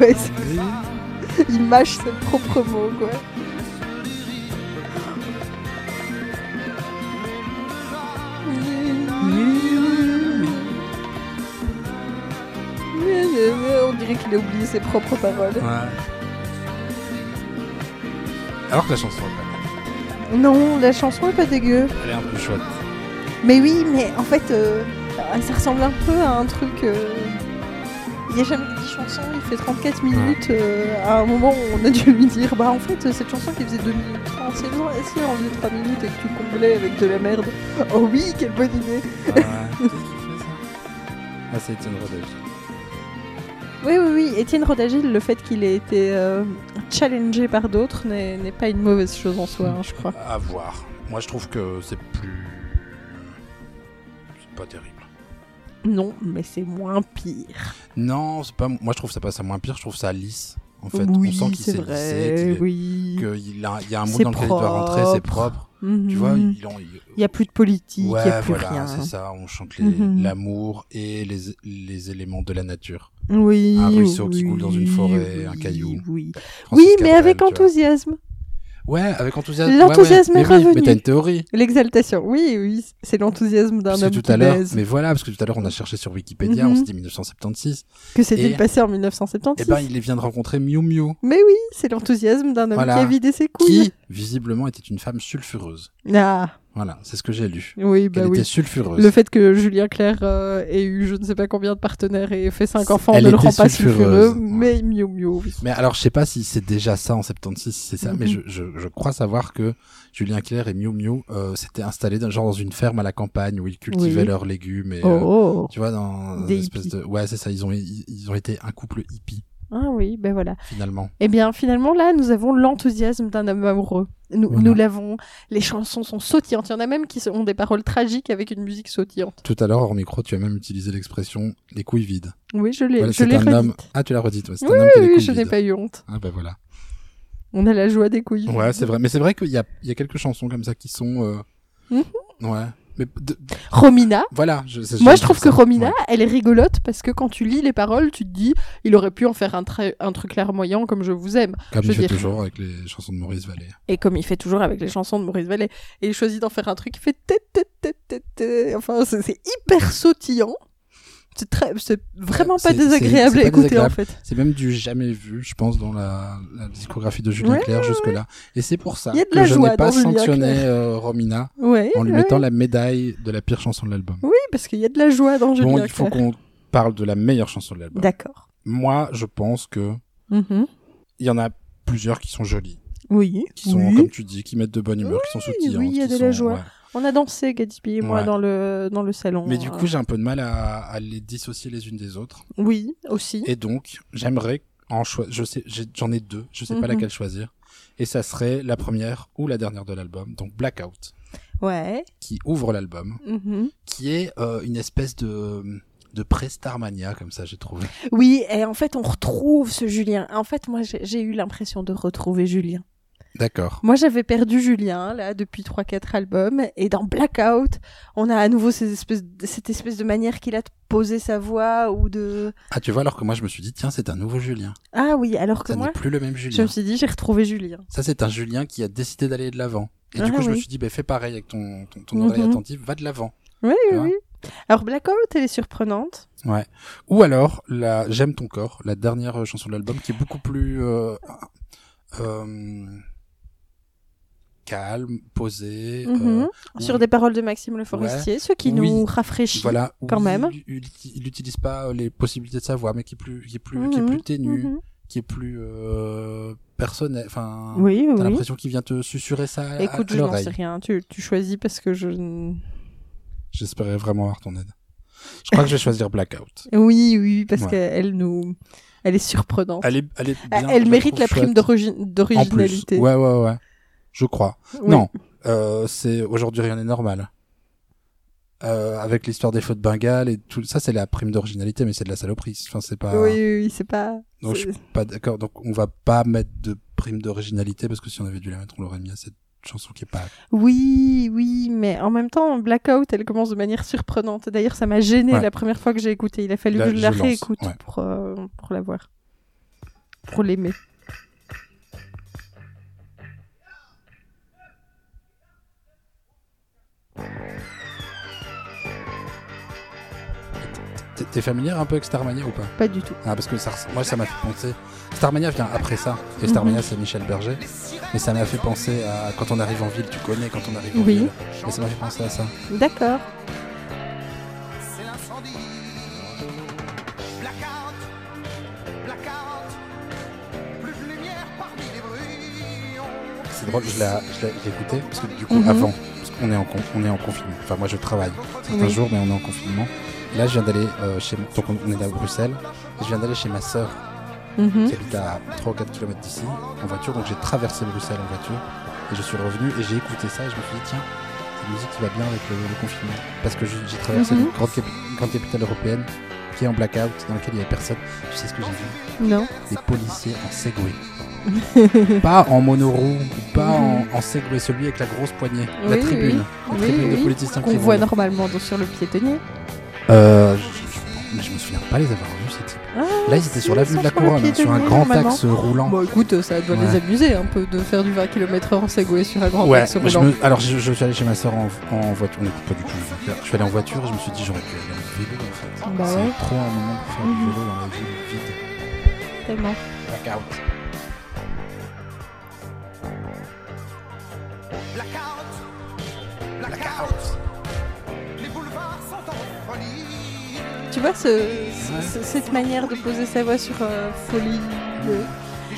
[SPEAKER 3] Ouais, c'est- il mâche ses propres mots, quoi. On dirait qu'il a oublié ses propres paroles.
[SPEAKER 2] Ouais. Alors que la chanson, est pas
[SPEAKER 3] Non, la chanson est pas dégueu.
[SPEAKER 2] mal. elle est un peu chouette.
[SPEAKER 3] Mais oui, mais en fait, euh, ça ressemble un peu à un truc. euh, Il n'y a jamais que 10 chansons, il fait 34 minutes. euh, à un moment, on a dû lui dire Bah, en fait, cette chanson qui faisait 2 minutes 30, c'est loin, si on faisait 3 minutes et que tu comblais avec de la merde. Oh oui, quelle bonne idée
[SPEAKER 2] Ouais. Qu'est-ce qu'il fait, ça ah, c'est Étienne Rodage.
[SPEAKER 3] Oui, oui, oui, Étienne Rodagil, le fait qu'il ait été euh, challengé par d'autres n'est n'est pas une mauvaise chose en soi, hein, je crois.
[SPEAKER 2] À voir. Moi, je trouve que c'est plus. C'est pas terrible.
[SPEAKER 3] Non, mais c'est moins pire.
[SPEAKER 2] Non, c'est pas. Moi, je trouve ça pas ça moins pire. Je trouve ça lisse. En fait,
[SPEAKER 3] oui,
[SPEAKER 2] on sent qu'il
[SPEAKER 3] c'est
[SPEAKER 2] s'est lissé, qu'il
[SPEAKER 3] vrai,
[SPEAKER 2] est-
[SPEAKER 3] oui.
[SPEAKER 2] qu'il a, il y a un mood
[SPEAKER 3] C'est
[SPEAKER 2] dans lequel il doit rentrer, c'est propre. Tu
[SPEAKER 3] Mhm.
[SPEAKER 2] vois, il en. il-
[SPEAKER 3] Il n'y a plus de politique, il
[SPEAKER 2] ouais,
[SPEAKER 3] n'y a plus
[SPEAKER 2] voilà,
[SPEAKER 3] rien. hein.
[SPEAKER 2] c'est ça. On chante les-
[SPEAKER 3] Mhm.
[SPEAKER 2] l'amour et les, les éléments de la nature.
[SPEAKER 3] Oui.
[SPEAKER 2] Un ruisseau qui
[SPEAKER 3] oui,
[SPEAKER 2] coule dans une forêt,
[SPEAKER 3] oui,
[SPEAKER 2] un caillou.
[SPEAKER 3] Oui,
[SPEAKER 2] Francis
[SPEAKER 3] Oui, mais
[SPEAKER 2] Cabrel,
[SPEAKER 3] avec
[SPEAKER 2] tu vois.
[SPEAKER 3] enthousiasme.
[SPEAKER 2] Ouais, avec enthousiasme. ouais,
[SPEAKER 3] L'enthousiasme
[SPEAKER 2] ouais.
[SPEAKER 3] est
[SPEAKER 2] Mais oui, Mais
[SPEAKER 3] revenu.
[SPEAKER 2] t'as une théorie.
[SPEAKER 3] L'exaltation, oui, oui, c'est l'enthousiasme d'un
[SPEAKER 2] Parce que
[SPEAKER 3] homme
[SPEAKER 2] tout
[SPEAKER 3] qui
[SPEAKER 2] à l'heure,
[SPEAKER 3] baise. Mmh
[SPEAKER 2] mais voilà, parce que tout à l'heure on a cherché sur Wikipédia, hein, on
[SPEAKER 3] Mhm.
[SPEAKER 2] s'est dit 1976.
[SPEAKER 3] Que s'est-il
[SPEAKER 2] Et-
[SPEAKER 3] passé en
[SPEAKER 2] Eh
[SPEAKER 3] 1976
[SPEAKER 2] ben, il vient de rencontrer Miu Miu,
[SPEAKER 3] Mais oui, c'est l'enthousiasme d'un homme
[SPEAKER 2] Voilà.
[SPEAKER 3] qui a vidé ses couilles.
[SPEAKER 2] qui visiblement était une femme sulfureuse.
[SPEAKER 3] ah,
[SPEAKER 2] Voilà, c'est ce que j'ai lu.
[SPEAKER 3] oui, bah
[SPEAKER 2] Elle
[SPEAKER 3] oui.
[SPEAKER 2] était sulfureuse.
[SPEAKER 3] Le fait que Julien Clerc euh, ait eu je ne sais pas combien de partenaires et ait fait cinq enfants
[SPEAKER 2] Elle
[SPEAKER 3] ne le
[SPEAKER 2] était
[SPEAKER 3] rend pas
[SPEAKER 2] sulfureuse.
[SPEAKER 3] sulfureux, mais mieux, mieux, oui.
[SPEAKER 2] Mais alors, je sais pas si c'est déjà ça en 76, si c'est ça,
[SPEAKER 3] Mhm.
[SPEAKER 2] mais je, je, je crois savoir que Julien Clerc et Miu Miu euh, s'étaient installés dans, genre dans une ferme à la campagne où ils cultivaient
[SPEAKER 3] Oui.
[SPEAKER 2] leurs légumes et euh,
[SPEAKER 3] Oh,
[SPEAKER 2] tu vois dans
[SPEAKER 3] Des
[SPEAKER 2] une espèce
[SPEAKER 3] hippies.
[SPEAKER 2] de ouais c'est ça ils ont ils, ils ont été un couple hippie
[SPEAKER 3] ah oui, ben voilà.
[SPEAKER 2] finalement.
[SPEAKER 3] Eh bien, finalement, là, nous avons l'enthousiasme d'un homme amoureux. Nous,
[SPEAKER 2] Voilà.
[SPEAKER 3] nous l'avons. Les chansons sont sautillantes. Il y en a même qui ont des paroles tragiques avec une musique sautillante.
[SPEAKER 2] Tout à l'heure hors micro tu as même utilisé l'expression les couilles vides.
[SPEAKER 3] Oui, je l'ai,
[SPEAKER 2] Voilà,
[SPEAKER 3] je
[SPEAKER 2] c'est
[SPEAKER 3] l'ai
[SPEAKER 2] un
[SPEAKER 3] redite.
[SPEAKER 2] homme. Ah tu l'as redite. Ouais, c'est un
[SPEAKER 3] Oui,
[SPEAKER 2] homme qui a les
[SPEAKER 3] oui,
[SPEAKER 2] couilles
[SPEAKER 3] je n'ai
[SPEAKER 2] vides.
[SPEAKER 3] pas eu honte.
[SPEAKER 2] Ah bah voilà.
[SPEAKER 3] On a la joie des couilles.
[SPEAKER 2] Ouais c'est vrai mais c'est vrai qu'il y a il y a quelques chansons comme ça qui sont euh,
[SPEAKER 3] Mhm.
[SPEAKER 2] ouais mais de-
[SPEAKER 3] Romina.
[SPEAKER 2] voilà je, c'est-
[SPEAKER 3] Moi,
[SPEAKER 2] j'aime
[SPEAKER 3] je trouve
[SPEAKER 2] ça.
[SPEAKER 3] que Romina,
[SPEAKER 2] Ouais.
[SPEAKER 3] elle est rigolote parce que quand tu lis les paroles, tu te dis, il aurait pu en faire un, tra- un truc larmoyant comme je vous aime.
[SPEAKER 2] comme
[SPEAKER 3] je
[SPEAKER 2] il
[SPEAKER 3] veux
[SPEAKER 2] fait
[SPEAKER 3] dire-
[SPEAKER 2] toujours avec les chansons de Maurice Vallée.
[SPEAKER 3] Et comme il fait toujours avec les chansons de Maurice Vallée. Et il choisit d'en faire un truc qui fait tête, tête, tête, tête, tête. Enfin, c'est c'est hyper sautillant. C'est très, c'est vraiment
[SPEAKER 2] C'est-
[SPEAKER 3] pas
[SPEAKER 2] c'est-
[SPEAKER 3] désagréable
[SPEAKER 2] c'est
[SPEAKER 3] à
[SPEAKER 2] pas
[SPEAKER 3] écouter, en
[SPEAKER 2] désagréable.
[SPEAKER 3] fait.
[SPEAKER 2] C'est même du jamais vu, je pense, dans la, la discographie de Julien
[SPEAKER 3] Ouais,
[SPEAKER 2] Clerc jusque-là. Et c'est pour ça
[SPEAKER 3] Il y a de
[SPEAKER 2] que
[SPEAKER 3] la
[SPEAKER 2] je
[SPEAKER 3] joie
[SPEAKER 2] n'ai pas
[SPEAKER 3] dans Julien
[SPEAKER 2] sanctionné euh, Romina
[SPEAKER 3] Ouais.
[SPEAKER 2] en lui
[SPEAKER 3] ouais.
[SPEAKER 2] mettant la médaille de la pire chanson de l'album.
[SPEAKER 3] Oui, parce qu'il y a de la joie dans Julien
[SPEAKER 2] Bon, il faut
[SPEAKER 3] Clerc.
[SPEAKER 2] qu'on parle de la meilleure chanson de l'album.
[SPEAKER 3] D'accord.
[SPEAKER 2] Moi, je pense que
[SPEAKER 3] Mhm.
[SPEAKER 2] il y en a plusieurs qui sont jolies,
[SPEAKER 3] Oui.
[SPEAKER 2] qui sont,
[SPEAKER 3] oui.
[SPEAKER 2] comme tu dis, qui mettent de bonne humeur, qui sont sautillantes.
[SPEAKER 3] oui, il y a
[SPEAKER 2] qui
[SPEAKER 3] de
[SPEAKER 2] sont-
[SPEAKER 3] la joie.
[SPEAKER 2] ouais.
[SPEAKER 3] On a dansé, Gatsby et moi,
[SPEAKER 2] Ouais.
[SPEAKER 3] dans, le, dans le salon.
[SPEAKER 2] Mais du coup,
[SPEAKER 3] Euh,
[SPEAKER 2] j'ai un peu de mal à, à les dissocier les unes des autres.
[SPEAKER 3] Oui, aussi.
[SPEAKER 2] Et donc, j'aimerais en choisir. Je sais, j'ai- j'en ai deux. Je sais pas
[SPEAKER 3] Mhm.
[SPEAKER 2] laquelle choisir. Et ça serait la première ou la dernière de l'album, donc Blackout,
[SPEAKER 3] Ouais.
[SPEAKER 2] qui ouvre l'album,
[SPEAKER 3] Mhm.
[SPEAKER 2] qui est euh, une espèce de de prestarmania comme ça, j'ai trouvé.
[SPEAKER 3] Oui, et en fait, on retrouve ce Julien. En fait, moi, j'ai j'ai eu l'impression de retrouver Julien.
[SPEAKER 2] D'accord.
[SPEAKER 3] Moi, j'avais perdu Julien, là, depuis 3-4 albums. Et dans Blackout, on a à nouveau ces espèces, de- cette espèce de manière qu'il a de poser sa voix ou de.
[SPEAKER 2] Ah, tu vois, alors que moi, je me suis dit, tiens, c'est un nouveau Julien.
[SPEAKER 3] Ah oui, alors que
[SPEAKER 2] Ça
[SPEAKER 3] moi,
[SPEAKER 2] n'est plus le même
[SPEAKER 3] je
[SPEAKER 2] Julien.
[SPEAKER 3] me suis dit, j'ai retrouvé Julien.
[SPEAKER 2] Ça, c'est un Julien qui a décidé d'aller de l'avant. Et du
[SPEAKER 3] Ah
[SPEAKER 2] coup, je me
[SPEAKER 3] oui.
[SPEAKER 2] suis dit, bah, fais pareil avec ton, ton, ton
[SPEAKER 3] Mhm.
[SPEAKER 2] oreille attentive, va de l'avant.
[SPEAKER 3] Oui,
[SPEAKER 2] Tu
[SPEAKER 3] oui,
[SPEAKER 2] vois
[SPEAKER 3] oui. Alors, Blackout, elle est surprenante.
[SPEAKER 2] Ouais. Ou alors, la J'aime ton corps, la dernière euh, chanson de l'album, qui est beaucoup plus euh, euh, calme, posée.
[SPEAKER 3] Mhm.
[SPEAKER 2] euh,
[SPEAKER 3] Sur
[SPEAKER 2] où-
[SPEAKER 3] des paroles de Maxime Le Forestier, ce qui
[SPEAKER 2] Oui.
[SPEAKER 3] nous rafraîchit.
[SPEAKER 2] voilà, où
[SPEAKER 3] quand
[SPEAKER 2] il-
[SPEAKER 3] même.
[SPEAKER 2] Il il n'utilise pas euh, les possibilités de sa voix, mais qui est plus, qui est plus, qui est
[SPEAKER 3] Mhm.
[SPEAKER 2] plus ténue,
[SPEAKER 3] Mhm.
[SPEAKER 2] qui est plus euh, personnel. Enfin,
[SPEAKER 3] Oui, oui,
[SPEAKER 2] t'as
[SPEAKER 3] oui.
[SPEAKER 2] l'impression qu'il vient te susurrer ça à-
[SPEAKER 3] Écoute,
[SPEAKER 2] à,
[SPEAKER 3] je n'en
[SPEAKER 2] l'oreille.
[SPEAKER 3] sais rien. Tu, tu choisis parce que je. n-
[SPEAKER 2] J'espérais vraiment avoir ton aide. Je crois que je vais choisir Blackout.
[SPEAKER 3] Oui, oui, parce
[SPEAKER 2] Ouais.
[SPEAKER 3] qu'elle nous. Elle est surprenante.
[SPEAKER 2] Elle est, elle est bien,
[SPEAKER 3] elle
[SPEAKER 2] je la
[SPEAKER 3] mérite la
[SPEAKER 2] trouve
[SPEAKER 3] prime
[SPEAKER 2] chouette.
[SPEAKER 3] d'origi-
[SPEAKER 2] En plus,
[SPEAKER 3] d'originalité.
[SPEAKER 2] ouais, ouais, ouais. je crois.
[SPEAKER 3] Oui.
[SPEAKER 2] Non, euh, c'est aujourd'hui rien n'est normal. Euh, avec l'histoire des feux de Bengale et tout ça, c'est la prime d'originalité, mais c'est de la saloperie. Enfin, c'est pas.
[SPEAKER 3] Oui, oui, oui, c'est pas.
[SPEAKER 2] Donc je
[SPEAKER 3] c'est-
[SPEAKER 2] suis pas d'accord. Donc on va pas mettre de prime d'originalité parce que si on avait dû la mettre, on l'aurait mis à cette chanson qui est pas.
[SPEAKER 3] Oui, oui, mais en même temps, Blackout, elle commence de manière surprenante. D'ailleurs, ça m'a gêné
[SPEAKER 2] Ouais.
[SPEAKER 3] la première fois que j'ai écouté. Il a fallu
[SPEAKER 2] Là,
[SPEAKER 3] que je la
[SPEAKER 2] je lance,
[SPEAKER 3] réécoute
[SPEAKER 2] ouais.
[SPEAKER 3] pour, euh, pour la voir. Pour l'aimer.
[SPEAKER 2] T'es- T'es familière un peu avec Starmania ou pas
[SPEAKER 3] Pas du tout.
[SPEAKER 2] Ah parce que ça, res- moi ça m'a fait penser. Starmania vient après ça et
[SPEAKER 3] Mhm.
[SPEAKER 2] Starmania c'est Michel Berger. Mais ça m'a fait penser à quand on arrive en ville. Tu connais quand on arrive en
[SPEAKER 3] Oui.
[SPEAKER 2] ville. Mais ça m'a fait penser à ça.
[SPEAKER 3] D'accord.
[SPEAKER 1] c'est l'incendie. Blackout, blackout, plus de lumière parmi les bruits. On
[SPEAKER 2] C'est drôle, je l'ai je l'ai- je l'ai écouté parce que du coup
[SPEAKER 3] Mhm.
[SPEAKER 2] avant, parce qu'on est en con- on est en confinement. Enfin moi je travaille certains
[SPEAKER 3] Oui.
[SPEAKER 2] jours mais on est en confinement. Et là je viens d'aller euh, chez donc on on est à Bruxelles. Et je viens d'aller chez ma sœur
[SPEAKER 3] Mhm.
[SPEAKER 2] qui habite à 3 ou 4 km d'ici en voiture donc j'ai traversé Bruxelles en voiture et je suis revenu et j'ai écouté ça et je me suis dit tiens c'est une musique qui va bien avec le, le confinement parce que je- j'ai traversé
[SPEAKER 3] Mhm.
[SPEAKER 2] une, grande cap- une grande capitale européenne qui est en blackout dans laquelle il n'y avait personne. Tu sais ce que j'ai vu
[SPEAKER 3] Non.
[SPEAKER 2] des policiers en Segway. pas en monoroue, ou pas en, en Segway, celui avec la grosse poignée, la
[SPEAKER 3] Oui,
[SPEAKER 2] tribune,
[SPEAKER 3] oui.
[SPEAKER 2] la
[SPEAKER 3] Oui,
[SPEAKER 2] tribune
[SPEAKER 3] oui,
[SPEAKER 2] de politiciens
[SPEAKER 3] Qu'on
[SPEAKER 2] qui
[SPEAKER 3] voit normalement dans- sur le piétonnier.
[SPEAKER 2] Euh, je, je- mais je me souviens pas les avoir vus ces types.
[SPEAKER 3] Ah,
[SPEAKER 2] Là, ils étaient
[SPEAKER 3] si,
[SPEAKER 2] sur l'avenue
[SPEAKER 3] ils
[SPEAKER 2] de la
[SPEAKER 3] sont sur le
[SPEAKER 2] Couronne, hein, sur un
[SPEAKER 3] piétonnier,
[SPEAKER 2] grand
[SPEAKER 3] normalement.
[SPEAKER 2] axe roulant.
[SPEAKER 3] Bon, écoute, ça doit
[SPEAKER 2] Ouais.
[SPEAKER 3] les amuser hein, un peu de faire du 20 km/h en Segway sur un grand
[SPEAKER 2] Ouais,
[SPEAKER 3] axe
[SPEAKER 2] mais je
[SPEAKER 3] roulant.
[SPEAKER 2] me- alors je, je suis allé chez ma soeur en, en voiture, on n'écoute pas du tout. je veux dire. Je suis allé en voiture et je me suis dit j'aurais pu aller en vélo en fait.
[SPEAKER 3] Bah
[SPEAKER 2] C'est
[SPEAKER 3] ouais.
[SPEAKER 2] trop un moment pour faire du
[SPEAKER 3] Mhm.
[SPEAKER 2] vélo dans la ville vide.
[SPEAKER 3] Tellement.
[SPEAKER 2] Blackout.
[SPEAKER 1] blackout, blackout, les boulevards sont en folie.
[SPEAKER 3] Tu vois ce, ce- cette manière de poser sa voix sur euh, folie. euh.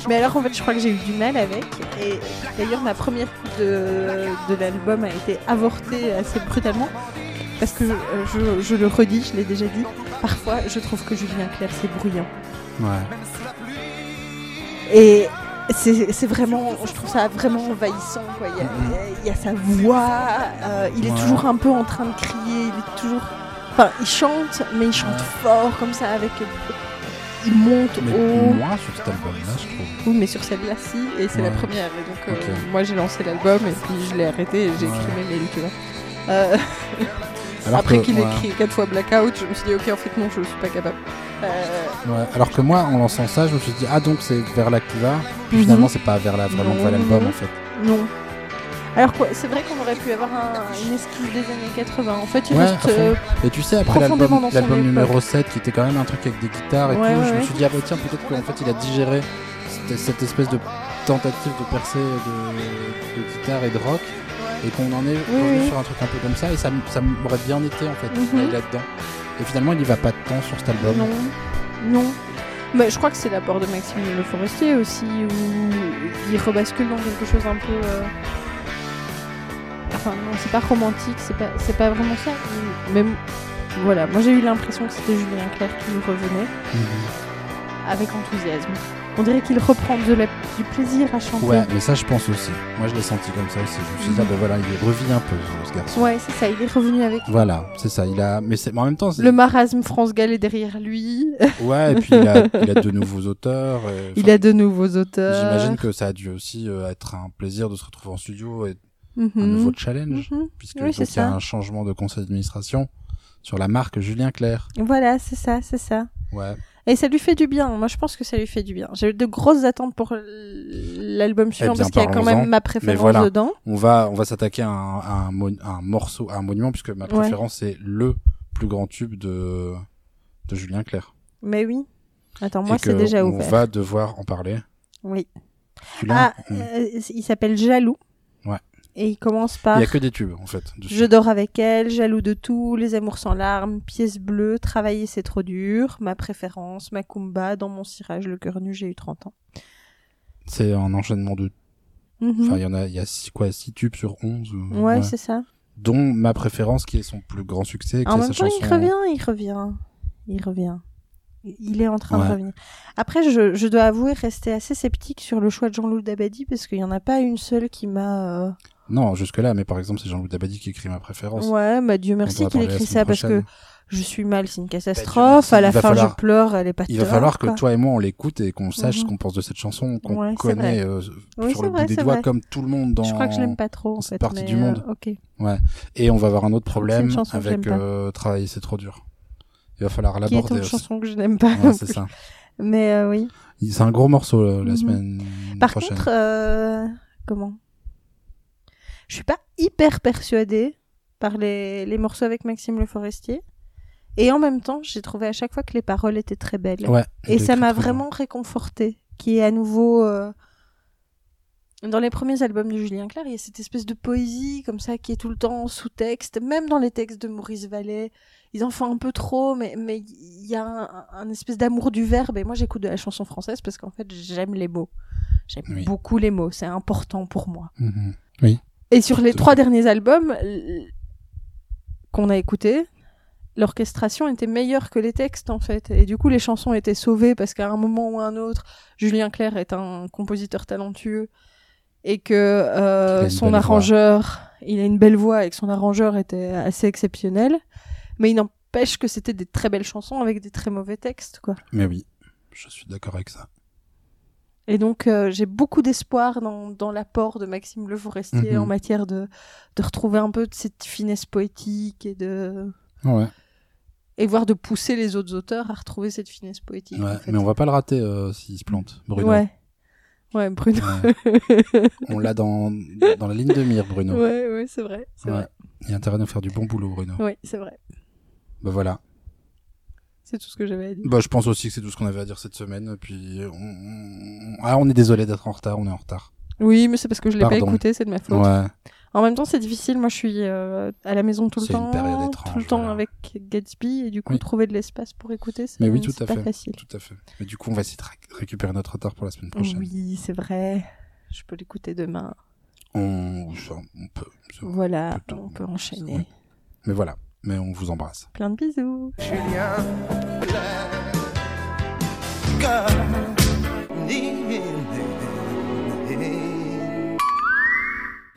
[SPEAKER 3] Mais alors en fait je crois que j'ai eu du mal avec. Et d'ailleurs ma première écoute de, de l'album a été avortée assez brutalement. Parce que euh, je, je le redis, je l'ai déjà dit. Parfois je trouve que Julien Clerc c'est bruyant.
[SPEAKER 2] Ouais.
[SPEAKER 3] Et c'est c'est vraiment, je trouve ça vraiment envahissant. Quoi. Il, y a, il y a sa voix, euh, il est
[SPEAKER 2] Mm-hmm. Ouais.
[SPEAKER 3] toujours un peu en train de crier, il est toujours. Enfin, il chante, mais il chante fort comme ça avec. Il monte
[SPEAKER 2] Mais
[SPEAKER 3] haut.
[SPEAKER 2] moi sur cet album-là, je trouve.
[SPEAKER 3] Oui, mais sur celle-là, si, et c'est la
[SPEAKER 2] Ouais.
[SPEAKER 3] première. Et donc, euh,
[SPEAKER 2] Ok.
[SPEAKER 3] moi, j'ai lancé l'album et puis je l'ai arrêté et j'ai
[SPEAKER 2] Ouais.
[SPEAKER 3] écrit mes mails, tu vois. Euh,
[SPEAKER 2] Alors
[SPEAKER 3] après
[SPEAKER 2] que-
[SPEAKER 3] qu'il ait
[SPEAKER 2] ouais.
[SPEAKER 3] écrit quatre fois Blackout, je me suis dit, ok, en fait, non, je suis pas capable. Euh,
[SPEAKER 2] Ouais, alors que moi, en lançant ça, je me suis dit, ah donc c'est vers là qu'il va. Puis
[SPEAKER 3] Mhm.
[SPEAKER 2] finalement, c'est pas vers là vraiment que va
[SPEAKER 3] Non.
[SPEAKER 2] l'album en fait.
[SPEAKER 3] Non. Alors quoi, c'est vrai qu'on aurait pu avoir un- une esquive des années 80. En fait, il
[SPEAKER 2] Ouais,
[SPEAKER 3] reste
[SPEAKER 2] à fond.
[SPEAKER 3] euh,
[SPEAKER 2] Et tu sais, après
[SPEAKER 3] Profondément
[SPEAKER 2] l'album
[SPEAKER 3] dans son
[SPEAKER 2] l'album
[SPEAKER 3] époque.
[SPEAKER 2] numéro 7, qui était quand même un truc avec des guitares et
[SPEAKER 3] Ouais,
[SPEAKER 2] tout,
[SPEAKER 3] ouais,
[SPEAKER 2] je me
[SPEAKER 3] ouais.
[SPEAKER 2] suis dit, ah bah tiens, peut-être qu'en fait il a digéré cette, cette espèce de tentative de percée de, de guitare et de rock. Et qu'on en est revenu
[SPEAKER 3] oui.
[SPEAKER 2] sur un truc un peu comme ça, et ça, m- ça m'aurait bien été en fait,
[SPEAKER 3] Mhm.
[SPEAKER 2] d'aller là-dedans. Et finalement, il y va pas de temps sur cet album.
[SPEAKER 3] non, non. Mais je crois que c'est l'apport de Maxime Le Forestier aussi où il rebascule dans quelque chose un peu. euh, Enfin non, c'est pas romantique, c'est pas c'est pas vraiment ça. Mais m- voilà, moi j'ai eu l'impression que c'était Julien Clerc qui revenait
[SPEAKER 2] Mhm.
[SPEAKER 3] avec enthousiasme. On dirait qu'il reprend de la- du plaisir à chanter.
[SPEAKER 2] Ouais, mais ça, je pense aussi. Moi, je l'ai senti comme ça aussi. Je me suis dit, ah bah voilà, il revit un peu ce garçon.
[SPEAKER 3] Ouais, c'est ça. Il est revenu avec
[SPEAKER 2] Voilà, c'est ça. Il a, mais c'est, mais en même temps, c'est-
[SPEAKER 3] le marasme France Gall est derrière lui.
[SPEAKER 2] ouais. Et puis il a, il a de nouveaux auteurs. et-
[SPEAKER 3] Il a de nouveaux auteurs.
[SPEAKER 2] enfin, J'imagine que ça a dû aussi euh, être un plaisir de se retrouver en studio et
[SPEAKER 3] Mhm.
[SPEAKER 2] un nouveau challenge,
[SPEAKER 3] Mhm.
[SPEAKER 2] puisque
[SPEAKER 3] Oui,
[SPEAKER 2] donc,
[SPEAKER 3] c'est
[SPEAKER 2] il y a
[SPEAKER 3] ça.
[SPEAKER 2] un changement de conseil d'administration sur la marque Julien Clerc.
[SPEAKER 3] Voilà, c'est ça, c'est ça.
[SPEAKER 2] Ouais.
[SPEAKER 3] Et ça lui fait du bien. Moi, je pense que ça lui fait du bien. J'ai eu de grosses attentes pour l- l'album suivant
[SPEAKER 2] Eh bien,
[SPEAKER 3] parce qu'il y a quand
[SPEAKER 2] parlons-en.
[SPEAKER 3] même ma préférence
[SPEAKER 2] Mais voilà.
[SPEAKER 3] dedans.
[SPEAKER 2] On va, on va s'attaquer à un, à un, mon- à un morceau, à un monument, puisque ma
[SPEAKER 3] Ouais.
[SPEAKER 2] préférence c'est le plus grand tube de de Julien Clerc.
[SPEAKER 3] Mais oui. Attends, moi,
[SPEAKER 2] Et
[SPEAKER 3] c'est
[SPEAKER 2] que
[SPEAKER 3] déjà
[SPEAKER 2] on
[SPEAKER 3] ouvert.
[SPEAKER 2] va devoir en parler.
[SPEAKER 3] Oui.
[SPEAKER 2] Tu l'as
[SPEAKER 3] Ah,
[SPEAKER 2] On-
[SPEAKER 3] euh, il s'appelle Jaloux.
[SPEAKER 2] Mm. Ouais.
[SPEAKER 3] Et il commence
[SPEAKER 2] Il
[SPEAKER 3] par
[SPEAKER 2] y a que des tubes en fait. dessus.
[SPEAKER 3] Je dors avec elle, jaloux de tout, les amours sans larmes, pièce bleue, travailler c'est trop dur, ma préférence, ma kumba, dans mon cirage, le cœur nu, j'ai eu 30 ans.
[SPEAKER 2] C'est un enchaînement de
[SPEAKER 3] Mhm.
[SPEAKER 2] Enfin, il y en a, il y a six, quoi, six tubes sur 11 ou-
[SPEAKER 3] ouais,
[SPEAKER 2] ouais.
[SPEAKER 3] c'est ça.
[SPEAKER 2] dont ma préférence qui est son plus grand succès, qui
[SPEAKER 3] En
[SPEAKER 2] est
[SPEAKER 3] même
[SPEAKER 2] sa
[SPEAKER 3] temps,
[SPEAKER 2] chanson.
[SPEAKER 3] il revient, il revient, il revient. Il est en train
[SPEAKER 2] Ouais.
[SPEAKER 3] de revenir. Après, je, je dois avouer rester assez sceptique sur le choix de Jean-Loup Dabadi parce qu'il n'y en a pas une seule qui m'a. euh,
[SPEAKER 2] Non, jusque-là, mais par exemple, c'est Jean-Loup Dabadi qui écrit ma préférence.
[SPEAKER 3] Ouais, bah Dieu
[SPEAKER 2] On
[SPEAKER 3] merci
[SPEAKER 2] pourra
[SPEAKER 3] qu'il
[SPEAKER 2] parler la
[SPEAKER 3] écrit
[SPEAKER 2] semaine
[SPEAKER 3] ça parce que
[SPEAKER 2] prochaine.
[SPEAKER 3] je suis mal, c'est une catastrophe.
[SPEAKER 2] merci.
[SPEAKER 3] à la
[SPEAKER 2] Il va
[SPEAKER 3] fin, je
[SPEAKER 2] falloir-
[SPEAKER 3] pleure, elle est pas
[SPEAKER 2] Il va
[SPEAKER 3] tort,
[SPEAKER 2] falloir que
[SPEAKER 3] quoi.
[SPEAKER 2] toi et moi, on l'écoute et qu'on sache
[SPEAKER 3] Mhm.
[SPEAKER 2] ce qu'on pense de cette chanson, qu'on
[SPEAKER 3] Ouais, c'est
[SPEAKER 2] connaît euh,
[SPEAKER 3] Oui,
[SPEAKER 2] sur
[SPEAKER 3] c'est
[SPEAKER 2] le
[SPEAKER 3] vrai,
[SPEAKER 2] bout des
[SPEAKER 3] c'est
[SPEAKER 2] doigts
[SPEAKER 3] vrai.
[SPEAKER 2] comme tout le monde dans...
[SPEAKER 3] Je crois que je l'aime pas trop. En
[SPEAKER 2] cette
[SPEAKER 3] fait,
[SPEAKER 2] partie
[SPEAKER 3] mais,
[SPEAKER 2] du monde.
[SPEAKER 3] euh, ok.
[SPEAKER 2] Et on va avoir un autre
[SPEAKER 3] crois que c'est une
[SPEAKER 2] problème
[SPEAKER 3] chanson que j'aime
[SPEAKER 2] avec
[SPEAKER 3] pas.
[SPEAKER 2] euh, Travailler, c'est trop dur. Il va falloir
[SPEAKER 3] Qui est
[SPEAKER 2] l'aborder
[SPEAKER 3] une
[SPEAKER 2] aussi.
[SPEAKER 3] chanson que je n'aime pas.
[SPEAKER 2] Ouais,
[SPEAKER 3] non
[SPEAKER 2] c'est
[SPEAKER 3] plus.
[SPEAKER 2] ça.
[SPEAKER 3] Mais euh, oui.
[SPEAKER 2] Il- C'est un gros morceau euh, la
[SPEAKER 3] Mhm.
[SPEAKER 2] semaine
[SPEAKER 3] Par
[SPEAKER 2] prochaine.
[SPEAKER 3] contre, euh, comment Je suis pas hyper persuadée par les, les morceaux avec Maxime Le Forestier. Et en même temps, j'ai trouvé à chaque fois que les paroles étaient très belles.
[SPEAKER 2] ouais, il
[SPEAKER 3] Et ça
[SPEAKER 2] écrit
[SPEAKER 3] m'a
[SPEAKER 2] très bien.
[SPEAKER 3] vraiment réconfortée. Qui est à nouveau. euh, Dans les premiers albums de Julien Clerc, il y a cette espèce de poésie comme ça qui est tout le temps en sous-texte, même dans les textes de Maurice Vallée. Ils en font un peu trop, mais mais il y a un, un espèce d'amour du verbe. Et moi, j'écoute de la chanson française parce qu'en fait, j'aime les mots. J'aime
[SPEAKER 2] Oui.
[SPEAKER 3] beaucoup les mots, c'est important pour moi.
[SPEAKER 2] Mhm.
[SPEAKER 3] Et sur les
[SPEAKER 2] Tout à
[SPEAKER 3] trois derniers albums l- qu'on a écoutés, l'orchestration était meilleure que les textes en fait. Et du coup, les chansons étaient sauvées parce qu'à un moment ou à un autre, Julien Clerc est un compositeur talentueux et que euh,
[SPEAKER 2] Il a une
[SPEAKER 3] son
[SPEAKER 2] belle
[SPEAKER 3] arrangeur, il a une belle voix et que son arrangeur était assez exceptionnel. Mais il n'empêche que c'était des très belles chansons avec des très mauvais textes, quoi.
[SPEAKER 2] Mais oui, je suis d'accord avec ça.
[SPEAKER 3] Et donc, euh, j'ai beaucoup d'espoir dans, dans l'apport de Maxime Le Forestier
[SPEAKER 2] Mhm.
[SPEAKER 3] en matière de, de retrouver un peu de cette finesse poétique et de
[SPEAKER 2] Ouais,
[SPEAKER 3] et voir de pousser les autres auteurs à retrouver cette finesse poétique.
[SPEAKER 2] ouais.
[SPEAKER 3] en fait.
[SPEAKER 2] mais on va pas le rater euh, s'il se plante, Bruno.
[SPEAKER 3] Ouais. Ouais, Bruno.
[SPEAKER 2] Ouais. on l'a dans, dans la ligne de mire, Bruno.
[SPEAKER 3] ouais, ouais, c'est vrai. C'est
[SPEAKER 2] Ouais.
[SPEAKER 3] vrai.
[SPEAKER 2] Il y a intérêt à nous faire du bon boulot, Bruno.
[SPEAKER 3] Ouais, c'est vrai.
[SPEAKER 2] Bah voilà.
[SPEAKER 3] C'est tout ce que j'avais à dire.
[SPEAKER 2] Bah, je pense aussi que c'est tout ce qu'on avait à dire cette semaine. Puis on- on... Ah, on est désolé d'être en retard, on est en retard.
[SPEAKER 3] Oui, mais c'est parce que je l'ai pas
[SPEAKER 2] Pardon.
[SPEAKER 3] écouté, c'est de ma faute.
[SPEAKER 2] Ouais.
[SPEAKER 3] En même temps, c'est difficile. Moi, je suis euh, à la maison tout le
[SPEAKER 2] C'est une
[SPEAKER 3] temps.
[SPEAKER 2] période
[SPEAKER 3] tout le
[SPEAKER 2] étrange,
[SPEAKER 3] temps
[SPEAKER 2] voilà.
[SPEAKER 3] avec Gatsby. Et du coup,
[SPEAKER 2] Oui.
[SPEAKER 3] trouver de l'espace pour écouter, c'est
[SPEAKER 2] Mais oui, tout
[SPEAKER 3] c'est
[SPEAKER 2] à
[SPEAKER 3] pas
[SPEAKER 2] fait.
[SPEAKER 3] facile.
[SPEAKER 2] Tout à fait. Mais du coup, on va essayer de ra- récupérer notre retard pour la semaine prochaine.
[SPEAKER 3] Oui, c'est vrai. Je peux l'écouter demain.
[SPEAKER 2] On... ça, on peut. ça.
[SPEAKER 3] Voilà,
[SPEAKER 2] plutôt,
[SPEAKER 3] on
[SPEAKER 2] ouais,
[SPEAKER 3] peut enchaîner.
[SPEAKER 2] ouais. Mais voilà. Mais on vous embrasse.
[SPEAKER 3] Plein de bisous.
[SPEAKER 1] Julien Clerc.